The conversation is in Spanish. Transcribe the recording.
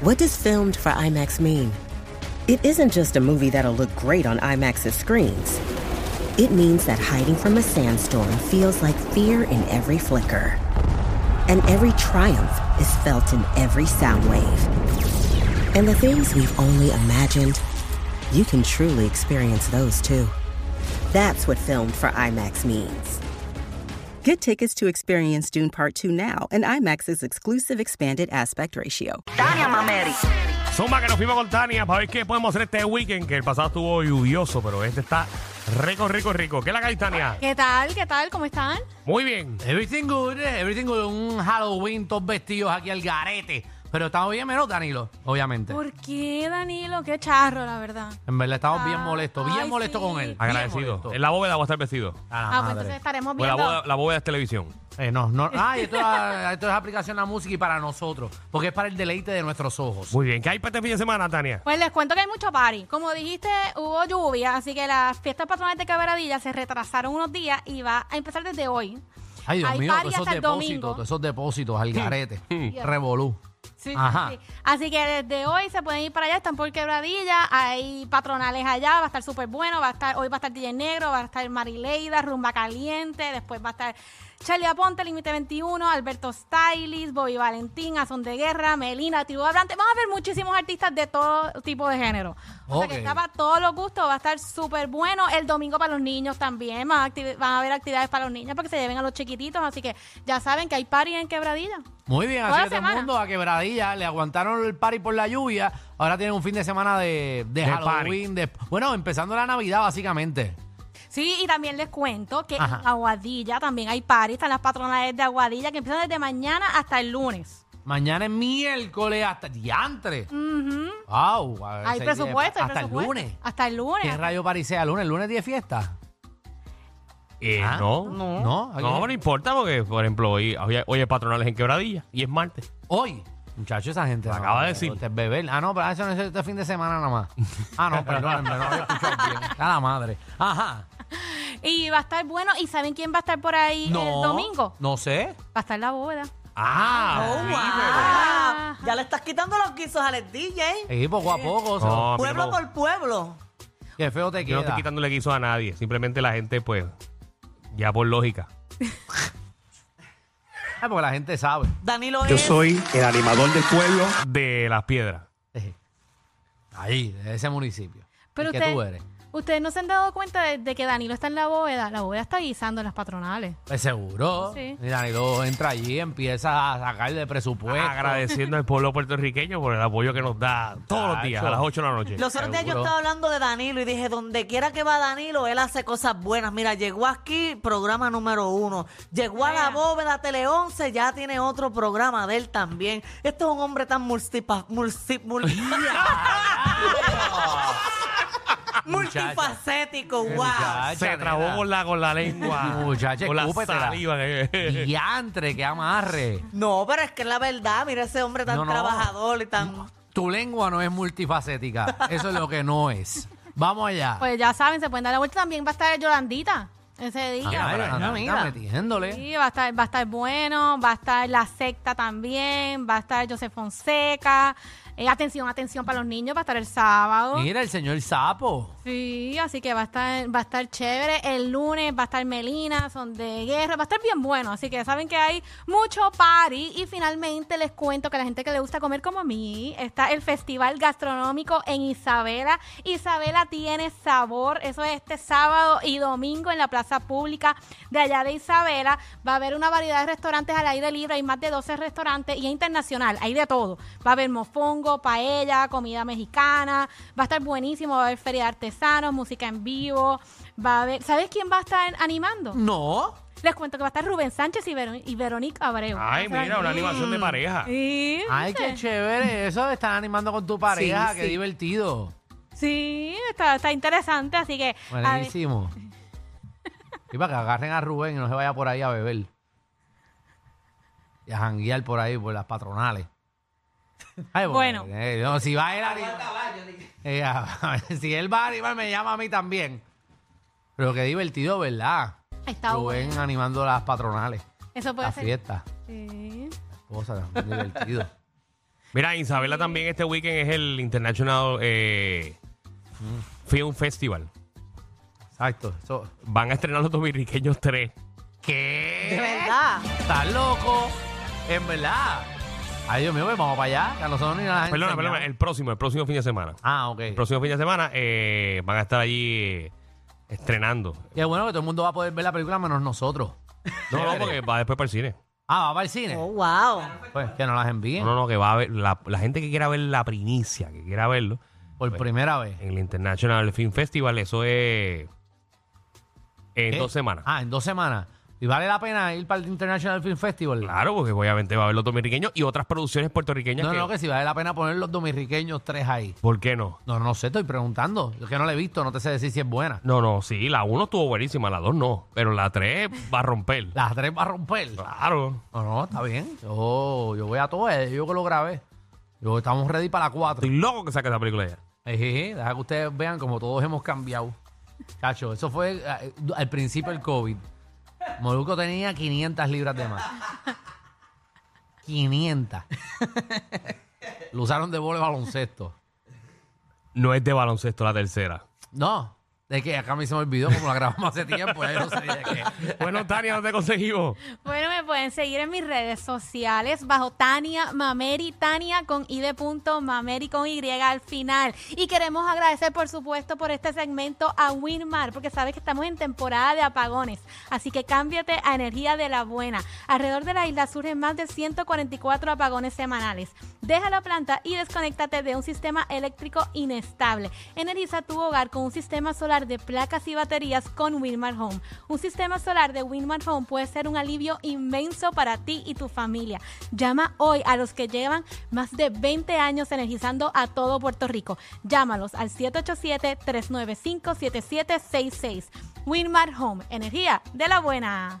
What does filmed for IMAX mean? It isn't just a movie that'll look great on IMAX's screens. It means that hiding from a sandstorm feels like fear in every flicker. And every triumph is felt in every sound wave. And the things we've only imagined, you can truly experience those too. That's what filmed for IMAX means. Get tickets to experience Dune Part 2 now and IMAX's exclusive expanded aspect ratio. Tania Mameri. Zumba, que nos fuimos con Tania para ver qué podemos hacer este weekend, que el pasado estuvo lluvioso, pero este está rico, rico, rico. ¿Qué es la que hay, Tania? ¿Qué tal? ¿Qué tal? ¿Cómo están? Muy bien. Everything good, eh, everything good. Un Halloween, todos vestidos aquí al garete. Pero estamos bien menos Danilo, obviamente. ¿Por qué, Danilo? Qué charro, la verdad. En verdad estamos bien Ah, molestos, bien ay, molestos sí. con él. bien Agradecido. molestos. En la bóveda voy a estar vestido. A la Ah, pues madre. entonces estaremos Pues la viendo. bóveda, la bóveda es televisión. Eh, no, no. Ay, esto, es- esto es aplicación a música y para nosotros, porque es para el deleite de nuestros ojos. Muy bien. ¿Qué hay para este fin de semana, Tania? Pues les cuento que hay mucho party. Como dijiste, hubo lluvia, así que las fiestas patronales de Quebradilla se retrasaron unos días y va a empezar desde hoy. Ay, Dios hay mío, party todos esos hasta el depósitos, domingo. todos esos depósitos al garete. Revolú. Sí, sí, Ajá. sí. Así que desde hoy se pueden ir para allá, están por quebradilla, hay patronales allá, va a estar súper bueno, va a estar, hoy va a estar DJ Negro, va a estar Marileida, Rumba Caliente, después va a estar Charlie Aponte, Límite 21, Alberto Stylis, Bobby Valentín, Azón de Guerra, Melina, Tribu Hablante, vamos a ver muchísimos artistas de todo tipo de género. O sea que Ok. está para todos los gustos, va a estar súper bueno. El domingo para los niños también, van a, activi- van a haber actividades para los niños para que se lleven a los chiquititos, así que ya saben que hay party en quebradilla. Muy bien, Toda así que todo el semana. mundo a quebradilla, le aguantaron el party por la lluvia, ahora tienen un fin de semana de, de De Halloween, de- bueno, empezando la Navidad básicamente. Sí, y también les cuento que Ajá. en Aguadilla también hay party, están las patronales de Aguadilla que empiezan desde mañana hasta el lunes. Mañana es miércoles hasta diantre. Ujú. Wow, a ver, Hay seis presupuesto, hay días. Hasta presupuesto. el lunes. Hasta el lunes. ¿Qué rayo parisea? ¿Lunes? ¿Lunes día de fiesta? Eh, Ah, no. No. No, No, pero no importa porque, por ejemplo, hoy, hoy, hoy es patronales en Quebradilla y es martes. Hoy. Muchacho, esa gente. Lo acaba de decir. este es beber. Ah, no, pero eso no es este fin de semana nada más. Ah, no, perdónenme, no había escuchado bien. A la madre. Ajá. Y va a estar bueno. ¿Y saben quién va a estar por ahí No. el domingo? No sé. Va a estar la bóveda. Ah, Oh, sí, wow. Ya le estás quitando los guisos al DJ. Y poco a poco. o sea, No, a mí pueblo no- por pueblo. Qué feo te Yo no queda. estoy quitándole guiso a nadie. Simplemente la gente, pues, ya por lógica. Ah, porque la gente sabe. Danilo Yo es soy el animador del pueblo. De las piedras. Ahí, de ese municipio. Pero ¿Y qué usted- tú eres? Ustedes no se han dado cuenta de, de que Danilo está en la bóveda. La bóveda está guisando en las patronales. Pues seguro. Sí. Y Danilo entra allí, empieza a sacar de presupuesto. Pues, Agradeciendo al pueblo puertorriqueño por el apoyo que nos da todos los días a las 8 de la noche. Los otros días yo Seguro. estaba hablando de Danilo y dije, donde quiera que va Danilo, él hace cosas buenas. Mira, llegó aquí, programa número uno. Llegó a la Vea. bóveda Tele 11, ya tiene otro programa de él también. Esto es un hombre tan multipa, multi- mul- multifacético, Qué wow. muchacho. Se Chacha, trabó nena. con la, con la lengua. Muchacha, con la escúpetela. saliva. que- Diantre, que amarre. No, pero es que es la verdad, mira ese hombre tan No, no. trabajador y tan... Tu lengua no es multifacética. Eso es lo que no es. Vamos allá. Pues ya saben, se pueden dar la vuelta. También va a estar Yolandita ese día. Ay, para Ah, anda, allá, anda mira. metiéndole. Sí, va a estar, va a estar bueno, va a estar la secta también, va a estar José Fonseca. Eh, atención, atención para los niños, va a estar el sábado. Mira, el señor sapo. Sí, así que va a estar, va a estar chévere. El lunes va a estar Melina, son de guerra, va a estar bien bueno. Así que saben que hay mucho party. Y finalmente les cuento que la gente que le gusta comer como a mí, está el Festival Gastronómico en Isabela. Isabela tiene sabor. Eso es este sábado y domingo en la plaza pública de allá de Isabela. Va a haber una variedad de restaurantes al aire libre. Hay más de 12 restaurantes y es internacional. Hay de todo. Va a haber mofongo, paella, comida mexicana. Va a estar buenísimo. Va a haber feria de artesanos, música en vivo. Va a haber. ¿Sabes quién va a estar animando? No. Les cuento que va a estar Rubén Sánchez y, Vero- y Verónica Ay, Abreu. Va a estar mira, una allí. animación de pareja. Sí, Ay, ¿viste? qué chévere. Eso de estar animando con tu pareja. Sí, qué sí. divertido. sí está, está interesante. Así que. a ver- Buenísimo. Y para que agarren a Rubén y no se vaya por ahí a beber. Y a janguear por ahí, por las patronales. Ay, porque, Bueno. eh, no, si va él a animar- Eh, a- si él va a animar, me llama a mí también. Pero qué divertido, ¿verdad? Está Rubén bueno. animando las patronales. Eso puede Las ser. fiestas. Sí. Cosas divertido. Mira, Isabela también este weekend es el International eh, Film Festival. Exacto. Eso, Van a estrenar los dominicanos 3. De ¿Qué? verdad. Estás loco. En verdad. Ay, Dios mío, pues, vamos para allá. Que a nosotros ni a la gente. Perdona, enseñamos. perdona, el próximo, el próximo fin de semana. Ah, ok. El próximo fin de semana eh, van a estar allí eh, estrenando. Qué bueno que todo el mundo va a poder ver la película menos nosotros. No, no, porque va después para el cine. Ah, va para el cine. Oh, wow. Pues que nos las envíen No, no, no, que va a ver la, la gente que quiera ver la primicia, que quiera verlo por pues, primera vez. en el International Film Festival, eso es en ¿Qué? dos semanas. Ah, en dos semanas. ¿Y vale la pena ir para el International Film Festival? Claro, porque obviamente va a haber los dominicanos y otras producciones puertorriqueñas. No, que, no, que si vale la pena poner los dominiqueños tres ahí. ¿Por qué no? No, no sé, estoy preguntando. Yo que no la he visto, no te sé decir si es buena. No, no, sí, la 1 estuvo buenísima, la 2 no, pero la 3 va a romper. Las tres va a romper. Claro. No, no, está bien. Yo, yo voy a todo, eh, yo que lo grabé. Yo, estamos ready para la cuatro. Estoy loco que saque esa película ya. Ejé, Eh, deja que ustedes vean como todos hemos cambiado. Chacho, eso fue eh, al principio del COVID. Moluco tenía 500 libras de más. 500. Lo usaron de bola de baloncesto. No es de baloncesto la tercera. No, es que acá a mí se me olvidó como la grabamos hace tiempo. eh, no sé de qué. Bueno, Tania, ¿dónde conseguimos? Bueno, me pueden seguir en mis redes sociales bajo Tania Mameri, Tania con I de punto, Mameri con Y al final. Y queremos agradecer, por supuesto, por este segmento a Winmar, porque sabes que estamos en temporada de apagones. Así que cámbiate a energía de la buena. Alrededor de la isla surgen más de 144 apagones semanales. Deja la planta y desconéctate de un sistema eléctrico inestable. Energiza tu hogar con un sistema solar de placas y baterías con Winmar Home. Un sistema solar de Winmar Home puede ser un alivio inmenso para ti y tu familia. Llama hoy a los que llevan más de 20 años energizando a todo Puerto Rico. Llámalos al 787-395-7766. Winmar Home, energía de la buena.